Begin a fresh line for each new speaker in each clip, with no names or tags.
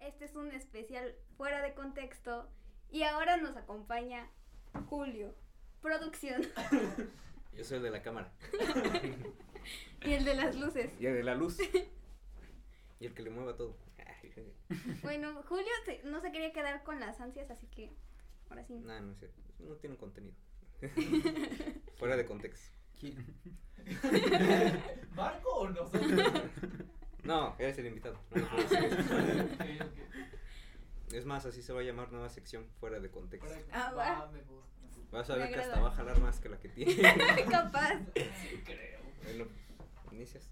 este es un especial fuera de contexto y ahora nos acompaña Julio, producción
Yo soy el de la cámara
y el de las luces.
Y de la luz.
y el que le mueva todo.
Bueno, Julio se- no se quería quedar con las ansias, así que ahora sí.
Nada, no sé. No tiene contenido. Fuera de contexto.
¿Quién?
¿Marco o no?
No, eres el invitado. no lo puedo decir. es más, así se va a llamar nueva sección fuera de contexto.
Ah, va.
me gusta.
Vas a
Me
ver que hasta
agrada.
va a jalar más que la que tiene.
Capaz.
Sí, creo.
Bueno, inicias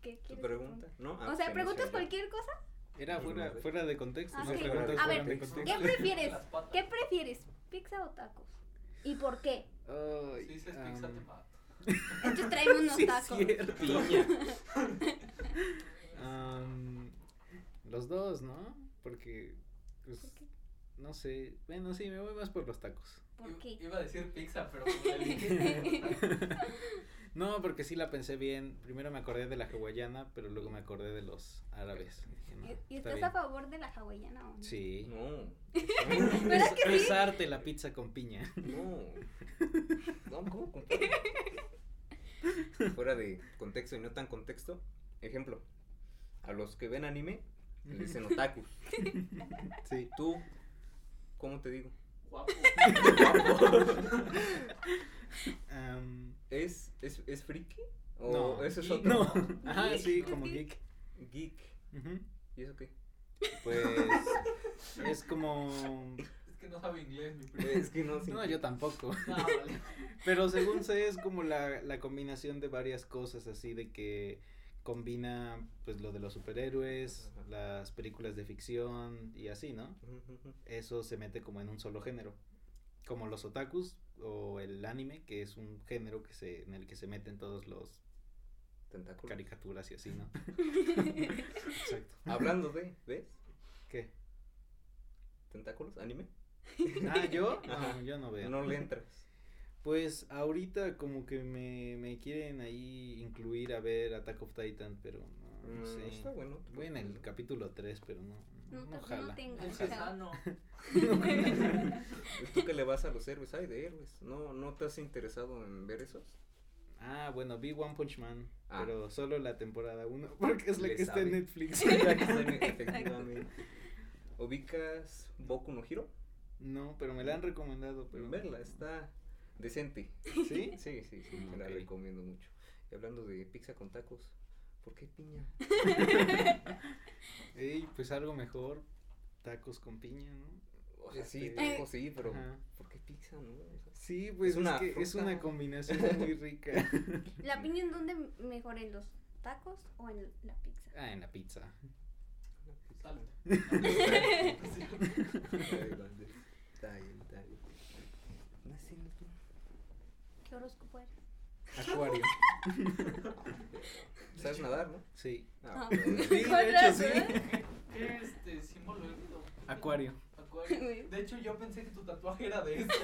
¿Qué
tu
quieres
pregunta, ¿no? Ah,
O sea,
pues,
¿preguntas
inicio yo.
cualquier cosa?
Era fuera, fuera de contexto.
Ah,
no
sí.
preguntas
A
fuera
ver, ¿Qué
de contexto.
prefieres?
Las patas.
¿Qué prefieres? ¿Pizza o tacos? ¿Y por qué?
Ay,
Si dices
am,
pizza, te
um,
mato.
Entonces traemos unos
sí, es
tacos.
cierto.
Piña.
Am, los dos, ¿no? Porque, pues,
¿Por qué?
no sé. Bueno, sí, me voy más por los tacos.
¿Por
I-
qué?
Iba a decir pizza, pero como la elegí.
No, porque sí la pensé bien. Primero me acordé de la hawaiana, pero luego me acordé de los árabes. Dije, no,
¿Y- ¿Y estás
está bien.
a favor de la hawaiana o no?
Sí.
No.
¿Verdad que sí?
Es arte la pizza con piña.
No. No, ¿cómo compadre? Fuera de contexto y no tan contexto. Ejemplo. A los que ven anime, le dicen otaku.
Sí.
Tú, ¿cómo te digo?
Guapo.
Am,
¿Es, es, es friki? ¿O
no.
eso es
geek.
otro?
No. Ajá, sí,
Geek.
como geek.
Geek.
Ujú.
¿Y eso qué?
Pues es como...
Es que no sabe inglés, mi primo.
Es que no, sí.
No, yo tampoco.
No, vale.
Pero según sé es como la, la combinación de varias cosas así de que combina pues lo de los superhéroes,
Ajá.
las películas de ficción y así, ¿no? Eso se mete como en un solo género. Como los otakus o el anime, que es un género que se, en el que se meten todos los
Tentáculo.
caricaturas y así, ¿no?
pues,
Exacto.
Hablando de, ¿ves?
¿Qué?
¿Tentáculos? ¿Anime?
Ah, ¿yo? No,
Ajá.
yo no veo.
No le entras.
Pues ahorita como que me, me quieren ahí incluir a ver Attack of Titan, pero no, no
Mm,
sé.
Está bueno.
Voy en el capítulo 3, pero no, no,
No,
no
te- no
jala.
te
El
engancha.
sano.
¿Y ¿Tú que le vas a los héroes? Ay, de héroes. ¿No, ¿No te has interesado en ver esos?
Ah, bueno, vi One Punch Man,
Ah.
pero solo la temporada 1, porque es la
Le
que está en
sabe.
Netflix.
Ya que están Efectivamente. ¿Ubicas Boku no Hiro?
no, pero me la han recomendado, pero...
Verla, está decente.
¿Sí?
Sí, sí, sí,
Mm,
te la
ok.
recomiendo mucho. Y hablando de pizza con tacos, ¿por qué piña?
Ey, pues algo mejor, tacos con piña, ¿no?
O sea, sí,
Sí.
tacos sí, pero
Este, Ajá.
¿por qué pizza, no? O sea,
Sí, pues es,
una
que es
fruta.
una combinación muy rica.
¿La piña en dónde mejor? ¿En los tacos o en la pizza?
ah, en la pizza.
una pizza.
Salud.
Ay, vale. Está bien, está bien. No sé, no sé.
¿Qué horóscopo eres?
Acuario.
¿Sabes nadar, no?
Sí.
Ah.
pues,
Sí,
Con
de hecho
razón.
sí.
¿Qué este símbolo herido?
Acuario.
Acuario. De hecho, yo pensé que tu tatuaje era de esto.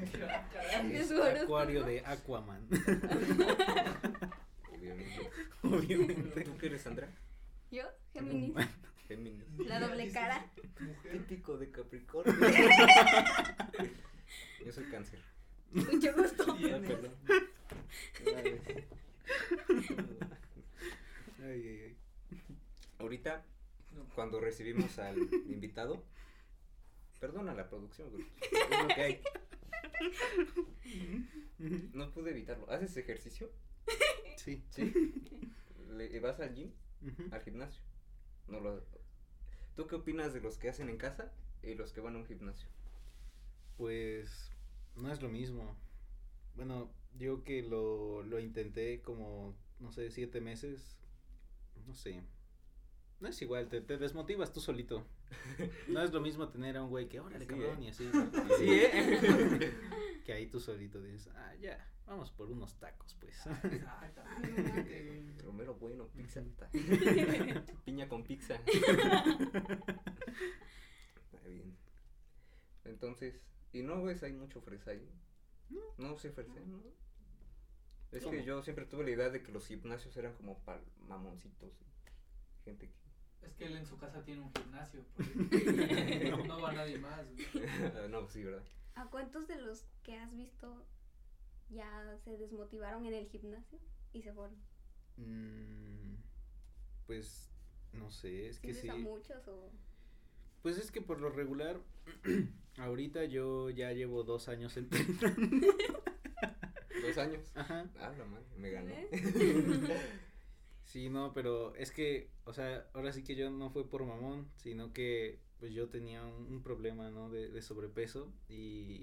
Dije, ah, caray.
Es
Es
horóscopo.
acuario de Aquaman.
Obviamente.
Obviamente.
¿Tú qué eres, Sandra?
¿Yo? Géminis.
Géminis.
La doble cara.
Mujer.
Típico de Capricornio. Yo soy cáncer.
Mucho gusto.
Ah, perdón. Ay.
Ay, ay, ay.
Ahorita,
No.
cuando recibimos al invitado, perdona la producción, güey, es lo que hay.
Ujú.
No pude evitarlo. ¿Haces ejercicio?
Sí.
Sí. ¿Le, ¿Vas al gym?
Ujú.
¿Al gimnasio? No lo. ¿Tú qué opinas de los que hacen en casa y los que van a un gimnasio?
Pues no es lo mismo. Bueno, yo que lo, lo intenté como, no sé, siete meses. No sé. No es igual, te, te desmotivas tú solito. No es lo mismo tener a un güey que, órale,
Sí,
cabrón,
¿eh?
y así.
Sí,
¿eh? que ahí tú solito dices, ah, ya, vamos por unos tacos, pues.
Ah.
Ah, Exactamente.
Romero bueno, pizza.
Ujú.
ta. Piña con pizza. Está bien. Entonces, ¿y no ves hay mucho fresa ahí?
No.
No sé fresa, ¿no? Es
¿Cómo?
que yo siempre tuve la idea de que los gimnasios eran como para mamoncitos. ¿sí? Gente que
Es que él en su casa tiene un gimnasio. porque
No.
no. va nadie más. güey.
no, sí, ¿verdad?
¿A cuántos de los que has visto ya se desmotivaron en el gimnasio y se fueron?
Mm, pues no sé, es que
¿Sí
sí.
ves a muchos o...?
Pues es que por lo regular, ahorita yo ya llevo dos años entrenando.
Dos años.
Ajá.
Ah, la madre, me ganó.
Sí, no, pero es que, o sea, ahora sí que yo no fue por mamón, sino que pues yo tenía un, un problema, ¿no? De, de sobrepeso y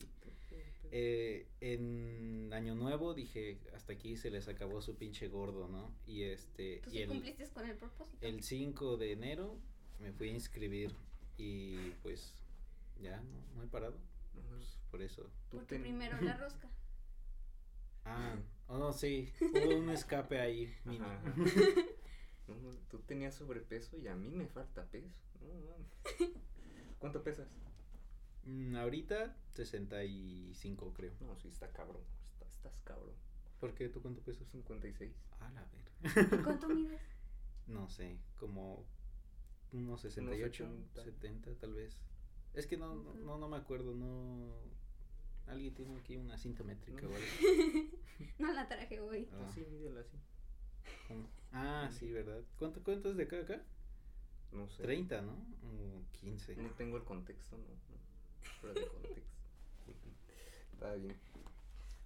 eh, en Año Nuevo dije, hasta aquí se les acabó su pinche gordo, ¿no? Y este,
¿Tú
y
sí
el,
cumpliste con el propósito?
el 5 de enero me fui a inscribir y pues ya, no, no he parado,
No, pues,
por eso.
tú
Porque
ten-
primero la rosca.
Ah, oh no, sí, hubo un escape ahí, mini.
Ajá, ajá. No, no, tú tenías sobrepeso y a mí me falta peso. No, mames. ¿Cuánto pesas?
Mm, ahorita 65 creo.
No, sí, está cabrón. está- estás cabrón.
¿Por qué tú cuánto pesas?
56.
A la ver.
¿Y cuánto mides?
No sé, como unos 68,
70.
70 tal vez. Es que no, no, no, no me acuerdo, no... Alguien tiene aquí una cinta métrica
No.
o algo.
No la traje hoy.
Ah,
Así, mírala así.
¿cómo? Ah, sí, ¿verdad? ¿Cuánto, cuánto es de acá a acá?
No sé.
30, ¿no? O 15.
No tengo el contexto, no. no. Fuera de contexto. Está bien.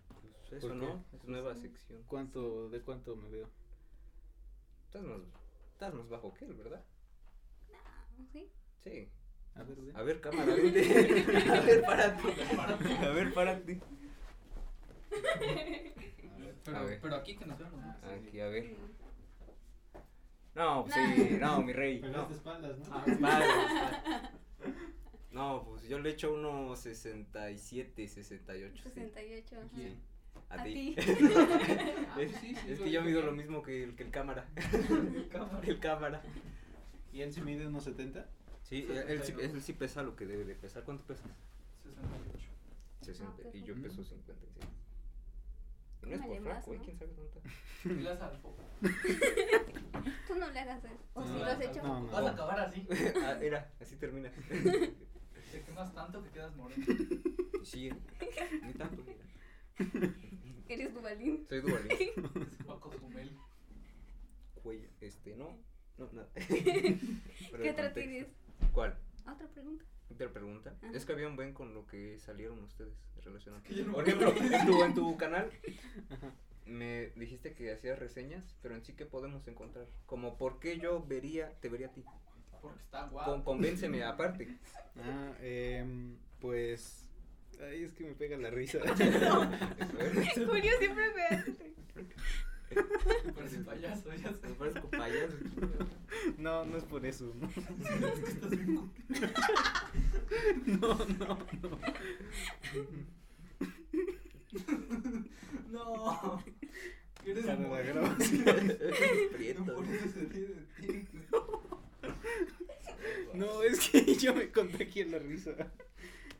Pues eso,
¿Por
¿no? Es nueva
Sí.
sección.
¿Cuánto, ¿De cuánto me veo?
Estás más, estás más bajo que él, ¿verdad?
Ah,
¿Sí?
Sí.
A ver, ve.
A ver, cámara, vente. A ver, párate. A ver, párate.
A
A
ver.
Pero,
ver. Ah,
pero aquí que nos vemos. ¿no?
Aquí, a ver.
Mm.
No, pues sí, no, este mi rey. No,
Pegaste espaldas, ¿no?
Ah,
Vale, vale. No, pues yo le echo unos 67, 68. sí.
68. ajá.
¿Quién?
A
A
ti.
ti.
es,
sí, sí,
es
lo
que yo
dije.
mido lo mismo que el, que el cámara.
El cámara.
El cámara.
¿Y él se mide unos 70?
Sí, él, él sí, él sí pesa lo que debe de pesar. ¿Cuánto pesas?
68.
60. Y yo
Ujú.
peso 56. No es
Cómale
por
más,
fraco, ¿eh?
¿no?
¿Quién sabe cuánto?
Y las al poco.
Tú no le hagas eso. O
No,
si
no,
lo has hecho.
no,
Vas a acabar así.
Ah, era, así termina.
Te quemas tanto que quedas moreno.
Sí, eh, ni tanto. mira.
Eres Dubalín.
Soy dualista.
Es Paco Zumel.
Cuello, este, no, no, nada.
¿Qué otra tienes?
¿Cuál?
Otra pregunta.
Otra pregunta.
Ajá.
Es que había un buen con lo que salieron ustedes relacionados.
que yo no
Por
me
ejemplo,
acuerdo.
en tu, en tu canal me dijiste que hacías reseñas, pero en sí que podemos encontrar. Como por qué yo vería, te vería a ti.
Porque está
Con-
guapo.
convénceme aparte.
Ah, em, pues... Ay, es que me pega la risa.
Eso es.
Julio siempre me hace.
Parece payaso, ya
Me
sé.
parezco payaso.
no, no es por eso. No,
Es que estás bien cu-
no, no. no.
No. Eres
Cara de
moreno.
grabación.
Prieto.
No, por eso se ríe de ti.
No, es que yo me contagié la risa.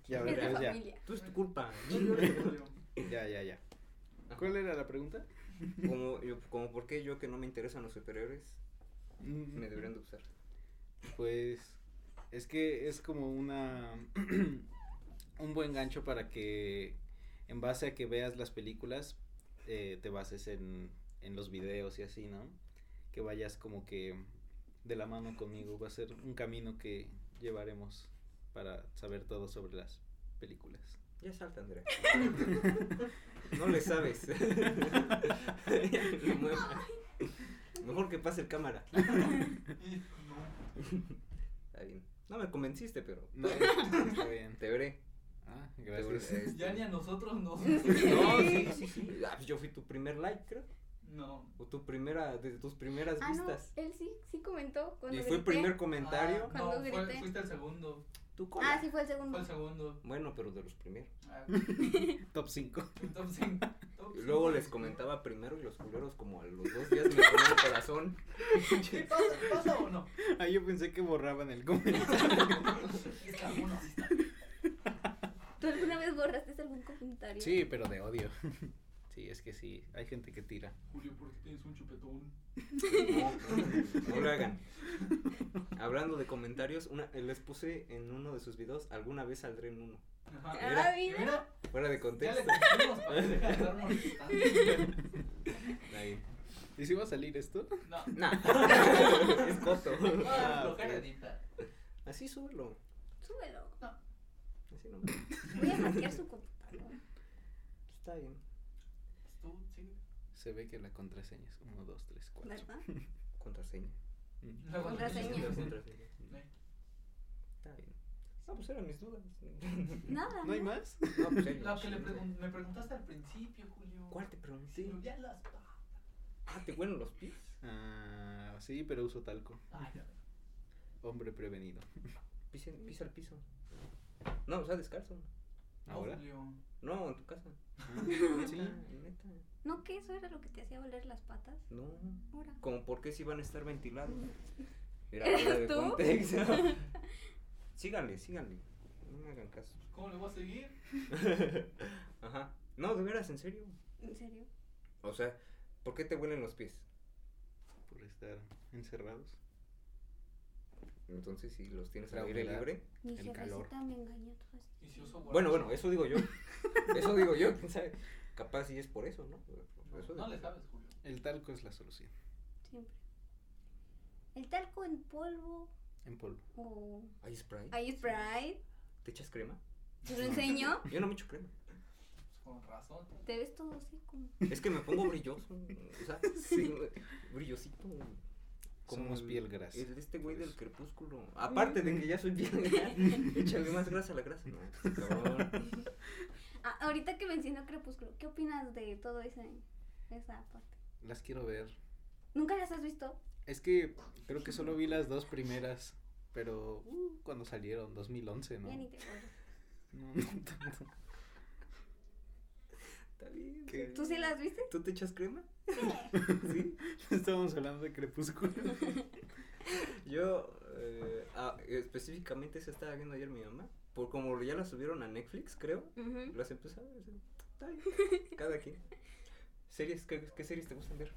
Ya,
Es
bueno,
de
pues ya.
familia.
Tú es tu culpa.
No llores, Julio.
Ya, ya, ya. ¿Cuál era la pregunta?
Como, yo, como por qué yo que no me interesan los superiores me deberían de usar.
Pues es que es como una un buen gancho para que en base a que veas las películas eh, te bases en, en los videos y así, ¿no? Que vayas como que de la mano conmigo. Va a ser un camino que llevaremos para saber todo sobre las películas.
Ya salta, Andrea. No le sabes. Lo muevo. Mejor que pase el cámara.
No.
Está bien. No me convenciste, pero
No, está bien.
te veré.
Ah,
te
gracias.
veré.
Ya ni a nosotros nos.
No, sí, sí, sí. Ah, pues yo fui tu primer like, creo.
No.
O tu primera, de tus primeras
Ah, no.
vistas.
Él sí, sí comentó. Cuando
Y fue el
grité.
primer comentario.
Ah,
Cuando
no, fue-
grité.
fuiste el segundo.
Tú
Ah,
cola.
sí, fue el
Fue
segundo.
el segundo.
Bueno, pero de los primeros.
Ah,
Top 5.
top cinco, top
Y luego
cinco.
les comentaba primero y los culeros como a los dos días me ponía el corazón.
¿Qué pasa? ¿Qué pasa o no?
Ah, yo pensé que borraban el comentario.
Está bueno, sí está.
¿Tú alguna vez borraste algún comentario?
Sí, pero de odio. Sí, es que sí, hay gente que tira.
Julio, ¿por qué tienes un chupetón?
No, no lo hagan. Hablando de comentarios, una, eh, les puse en uno de sus videos, alguna vez saldré en uno.
Ajá.
Ah, mira.
Mira,
Fuera de
ya le
contexto.
pusimos para dejar de estar molestando.
Ahí.
¿Y si va a salir esto?
No,
Nah. es coto.
no,
Ah,
flojera
ok.
editar.
Así súbelo.
Súbelo.
Así no.
Voy a hackear su computadora.
Está bien.
Tú, sí.
Se ve que la contraseña es 1, 2, 3, 4.
¿Verdad?
Contraseña.
Luego-
Contraseña.
La contraseña. Está bien. No, pues eran mis dudas.
Nada.
¿No hay más?
No, pues ya
Lo que le
llegué.
pregun- me preguntaste al principio, Julio.
¿Cuál te
Sí,
pregunté?
pero ya las pa-
Ah, te huelen los pies.
Ah, sí, pero uso talco.
Ay, ya.
Hombre prevenido.
Pisa, pisa el piso. No, o sea, descalzo.
No,
¿Ahora?
Julio.
No, en tu casa.
Ah,
Neta,
sí.
neta.
¿No que eso era lo que te hacía oler las patas?
No.
Ahora.
Como por qué si van a estar ventilados. Era
¿Eres
fuera de
tú?
contexto. síganle, síganle. No me hagan caso.
¿Cómo le voy a seguir?
Ajá. No, de veras, en serio.
¿En serio?
O sea, ¿por qué te huelen los pies?
Por estar encerrados.
Entonces, si los tienes al
La
aire
humedad.
libre.
Mi
El calor.
jefecita me engañó todo esto.
Y si oso
Bueno,
guaracho.
bueno, eso digo yo. Eso digo yo, quién sabe. Capaz si es por eso, ¿no?
No,
Eso
no
de-
le sabes, Julio.
El talco es la solución.
Siempre. El talco en polvo
En polvo.
o.
¿Hay spray?
Hay Sprite.
¿Te echas crema?
Te lo enseño.
Yo no me echo crema.
Pues, Con razón.
Te ves todo seco.
Es que me pongo brilloso. O sea, sí, brillosito.
Somos
el-
piel grasa, pues.
El, este güey
por
del
eso.
crepúsculo. Aparte de que ya soy piel grasa, échale más grasa a la grasa. No, cabrón.
Ah, ahorita que mencionó Crepúsculo, ¿qué opinas de todo ese, esa parte?
Las quiero ver.
¿Nunca las has visto?
Es que creo que solo vi las dos primeras. Pero uh, cuando salieron, 2011, ¿no?
Ya ni te acuerdas.
No, no tanto.
Está bien.
¿Qué?
está
¿Tú sí
bien.
las viste?
¿Tú te echas crema?
¿Sí? Estábamos hablando de crepúsculo.
Yo, eh, ah, específicamente se estaba viendo ayer mi mamá. Por como ya la subieron a Netflix, creo.
Ujú.
Las empecé a ver. así, está bien, Cada quien. ¿Series? ¿Qué, qué series te gustan ver?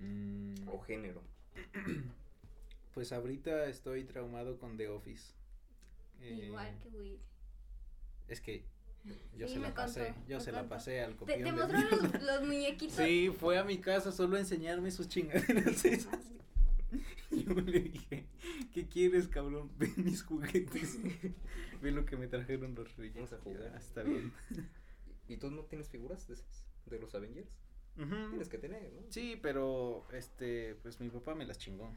Mm,
O género.
pues ahorita estoy traumado con The Office. Eh,
Igual que Will.
Es que yo
Sí,
se
me
la pasé,
contó,
yo
me
se la
contó.
pasé al
¿Te,
copión.
te
de-
mostró los, los muñequitos?
Sí, fue a mi casa solo a enseñarme sus chingaderas. esas. Yo le dije, ¿qué quieres, cabrón? Ve mis juguetes. Ve lo que me trajeron los reyes.
Vamos a jugar.
Ah, está bien.
¿Y tú no tienes figuras de esas? ¿De los Avengers?
Mm.
Ujú.
Tienes que tener, ¿no?
Sí, pero este, pues mi papá me las chingó.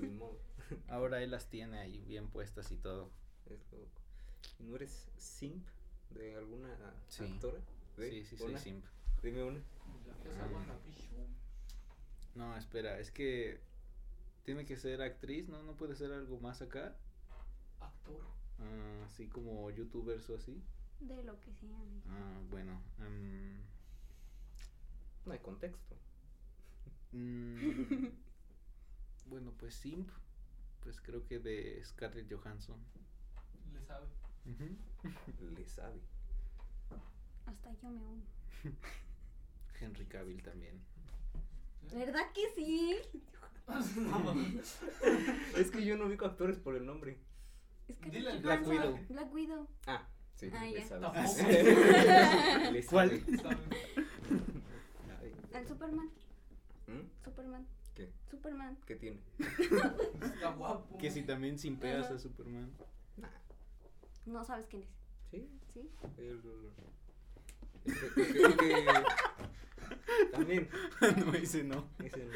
Ni modo.
Ahora él las tiene ahí bien puestas y todo.
Es lo- ¿Y no eres simp de alguna
Sí.
actora? ¿Ve?
Sí, sí, soy
Una.
simp.
Dime una.
Ya que salgo en la pichu.
No, espera, es que tiene que ser actriz, ¿no? No puede ser algo más acá.
Actor.
Ah, así como youtubers o así.
De lo que sea.
Ah, bueno. em,
No hay contexto.
mm, bueno, pues simp. Pues creo que de Scarlett Johansson.
Le sabe.
Ujú.
Le sabe.
Hasta yo me uno.
Henry Cavill también.
¿Verdad que sí?
No, mames.
Es que yo no ubico actores por el nombre.
Es que
Dile
Ricky
al
Black
Johnson-
Widow.
Black Widow.
Ah, sí,
Ah,
le
ya.
sabe.
Tampoco.
Le
¿Cuál?
sabe.
Le sabe.
Ay.
Al Superman.
¿Mm?
Superman.
¿Qué?
Superman.
¿Qué tiene?
Está guapo.
Que si también simpeas
Ajá.
a Superman.
Nah.
No sabes quién es.
Sí,
¿Sí?
el. el que- el que- el que- También.
no, ese no.
Ese no.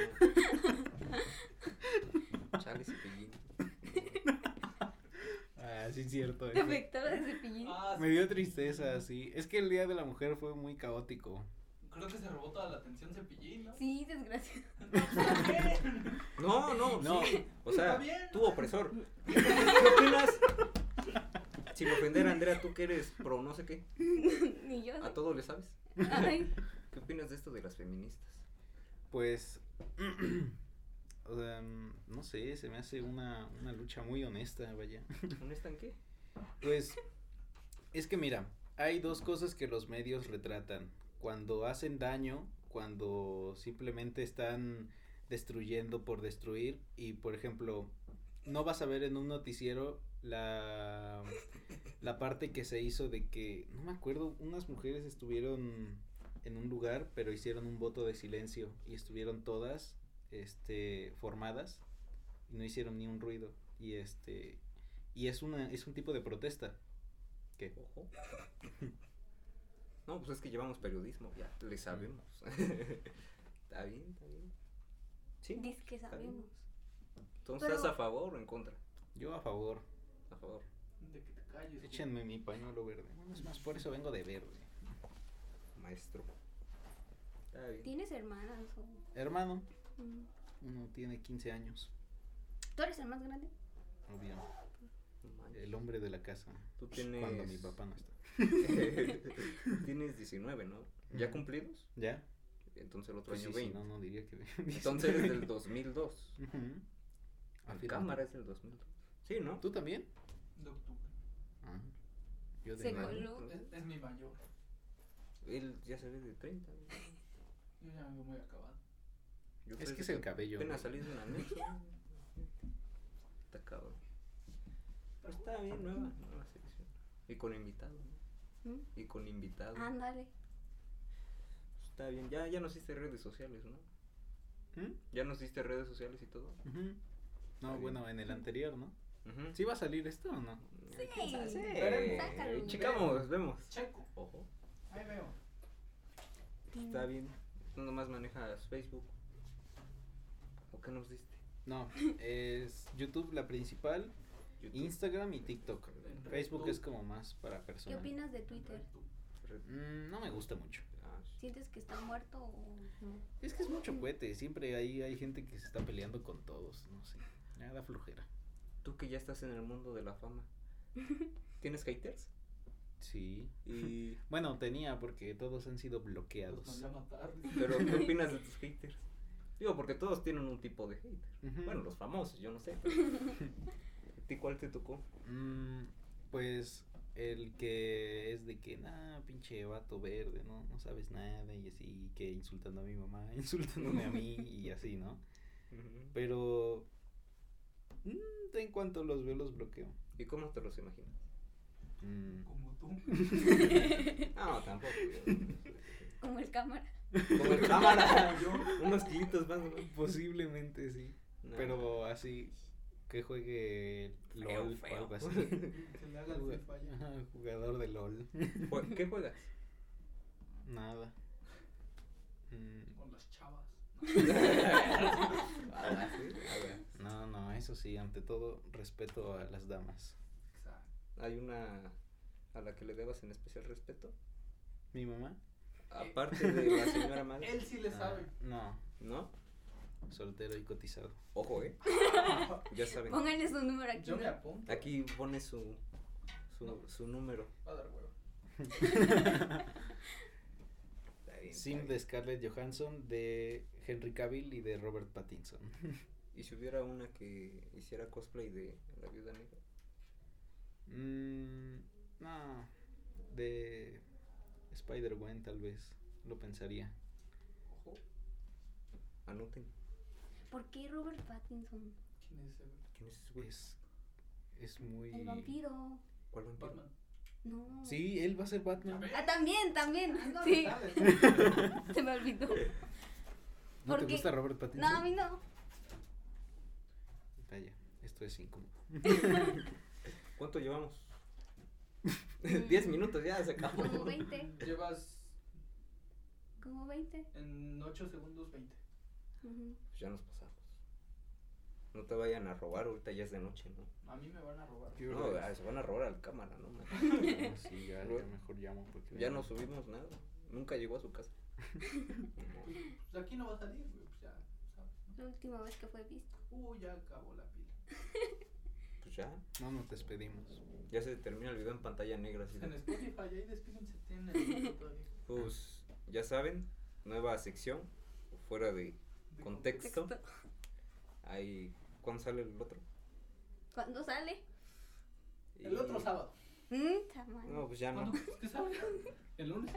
Chale, cepillín.
Ah, sí, es cierto.
Te
ese.
afectaba de cepillín.
Ah,
Me dio tristeza, sí. Es que el Día de la Mujer fue muy caótico.
Creo que se robó toda la atención Cepillín, ¿no?
Sí, desgraciado.
No, no,
No.
sí. O
Está
sea,
bien.
tú opresor. ¿Qué opinas? Sin ofender a Andrea, tú que eres pro no sé qué.
Ni yo.
A todo le sabes.
Ay,
¿Qué opinas de esto de las feministas?
Pues, o sea, mm, no sé, se me hace una, una lucha muy honesta, vaya.
¿Honesta en qué?
Pues, es que mira, hay dos cosas que los medios retratan. cuando hacen daño, cuando simplemente están destruyendo por destruir y por ejemplo, no vas a ver en un noticiero la la parte que se hizo de que no me acuerdo, unas mujeres estuvieron en un lugar, pero hicieron un voto de silencio y estuvieron todas este formadas y no hicieron ni un ruido y este y es una es un tipo de protesta. ¿Qué?
Ojo. No, pues es que llevamos periodismo, ya, le sabemos. está bien, está bien. Sí,
Dice que
está bien.
sabemos.
Entonces,
Pero-
¿estás a favor o en contra?
Yo a favor.
A favor.
De que te calles. güey.
Échenme mi pañuelo verde. Es más, por eso vengo de verde.
Maestro. Está bien.
¿Tienes hermanas? o-
Hermano,
Mm.
uno tiene 15 años,
¿Tú eres el más grande?
obvio.
No manches.
El hombre de la casa. Pues,
Tú tienes.
Cuando mi papá no está.
tienes 19, ¿no? ¿Ya cumplidos?
¿Ya?
Entonces el otro
Pues sí,
año
sí,
20.
no, no diría que.
Entonces eres del 2002.
Ujú.
La
Afirmativo.
cámara es del 2002. Sí, ¿no?
¿Tú también?
De octubre.
Ah. Yo
Se
de
Ah,
nueve.
coló.
entonces,
Es, es mi baño.
Él ya se ve de 30. güey.
Yo ya me veo muy acabado.
Yo
Es
creo
que es el cabello.
Apenas
güey.
salí de una noche. Está cabrón. Pero está bien, nueva, nueva sección. Y con invitado, ¿no?
Mm. Ah.
Y con invitado.
Ándale.
Está bien. Ya, ya nos hiciste redes sociales, ¿no?
¿Mm?
Ya nos hiciste redes sociales y todo.
Ujú.
Está
No,
bien.
bueno, en el anterior, ¿no?
Ujú.
¿Sí va a salir esto o no?
Ay, quién sabe.
Sí.
Veremos.
Sácalo.
Checamos, vemos.
Checo.
Ojo.
Ahí veo.
Está bien. Tú nomás manejas Facebook. ¿O qué nos diste?
No, es YouTube la principal,
YouTube.
Instagram y TikTok. Facebook es como más para
¿Qué
personas.
opinas de Twitter?
Red-
Mm, no me gusta mucho.
Ah, sí.
¿Sientes que está muerto o no?
Es que es
Mm.
mucho cohete, siempre hay, hay gente que se está peleando con todos, no sé. Nada flojera.
Tú que ya estás en el mundo de la fama. ¿Tienes haters?
Sí.
Y...
Bueno, tenía porque todos han sido
Los
bloqueados.
mandé a matar.
Pero, ¿qué opinas de tus haters? Digo, porque todos tienen un tipo de hater.
Ujú.
Bueno, los famosos, yo no sé. pero- ¿A ti cuál te tocó?
Mm, pues el que es de que, nah, pinche vato verde, ¿no? No sabes nada y así, que insultando a mi mamá, insultándome a mí y así, ¿no?
Ujú.
Pero mm, de en cuanto los veo los bloqueo.
¿Y cómo te los imaginas?
Mm,
Como tú.
No, tampoco. yo-
Como el cámara.
Como el cámara. Unos kilitos más, ¿no?
posiblemente sí,
No.
pero así que juegue
Feo,
LOL o
feo.
algo así.
Que le haga el Free Fire.
Ajá, Jugador de LOL.
Jue- pues, ¿Qué juegas?
Nada. Mm,
Con las chavas.
Ah, sí, a ver.
no, no, eso sí, ante todo respeto a las damas.
Exacto.
Hay una a la que le debas en especial respeto.
¿Mi mamá?
Aparte de la señora madre.
Él sí le
Ah,
sabe.
No,
¿No?
soltero y cotizado.
Ojo, ¿eh? Ya saben.
Pónganle su número aquí.
Yo me apunto.
Aquí pone su, su, su número.
Va a dar huevo.
Está bien, está
Sim
bien.
de Scarlett Johansson, de Henry Cavill y de Robert Pattinson.
¿Y si hubiera una que hiciera cosplay de la viuda negra?
Mm, no, de Spider-Gwen tal vez, lo pensaría.
Ojo. Anoten.
¿Por qué Robert Pattinson?
¿Quién es ese? güey?
¿Quién es ese güey?
Es, es muy...
El vampiro.
¿Cuál vampiro?
Batman.
No.
Sí, él va a ser Batman.
Ya
Ah, también, también.
ves.
Sí,
Dale, dale.
se me olvidó.
¿No te
porque-
gusta Robert
No,
Pattinson?
a mí no.
Vaya, esto es incómodo.
¿Cuánto llevamos? Diez minutos ya se acabó.
Como 20.
Llevas
Como 20.
en 8 segundos 20.
Ujú.
Pues ya nos pasamos. No te vayan a robar, ahorita ya es de noche, ¿no?
A mí me van a robar.
Qué
No,
horror.
ah, se van a robar al cámara, ¿no? man?
No, sí, ya,
Lo-
ya mejor llamo porque...
Ya no subimos nada. Nunca llegó a su casa. No.
Pues aquí no va a salir, güey. Pues ya, ¿sabes?
La última vez que fue visto.
Uy, ya acabó la pila.
Pues ya.
No nos despedimos.
Ya se termina el video en pantalla negra. así de-
En Spotify, ahí despídense. Tienen el minuto todavía.
Pues ya saben, nueva sección. Fuera de
De
contexto.
Texto.
Ahí. ¿Cuándo sale el otro?
¿Cuándo sale?
Y-
El otro sábado.
Mm, tamal.
No, pues ya no.
¿Cuándo? ¿Qué sábado? ¿El lunes?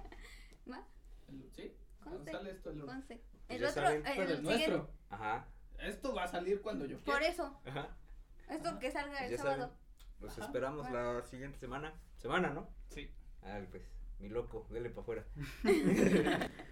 ¿Va?
El- ¿Sí?
Conste.
Sale esto el lunes.
Conste. El
ya
otro,
saben,
eh,
Pero
el
es
siguiente-
nuestro.
Ajá.
Esto va a salir cuando yo quiera.
Por eso,
Ajá.
esto
Ajá.
que salga el
Pues Ya saben.
sábado.
Los
Ajá.
esperamos la
e-
siguiente semana. Semana, ¿no?
Sí.
Ah, pues, mi loco, dele para afuera.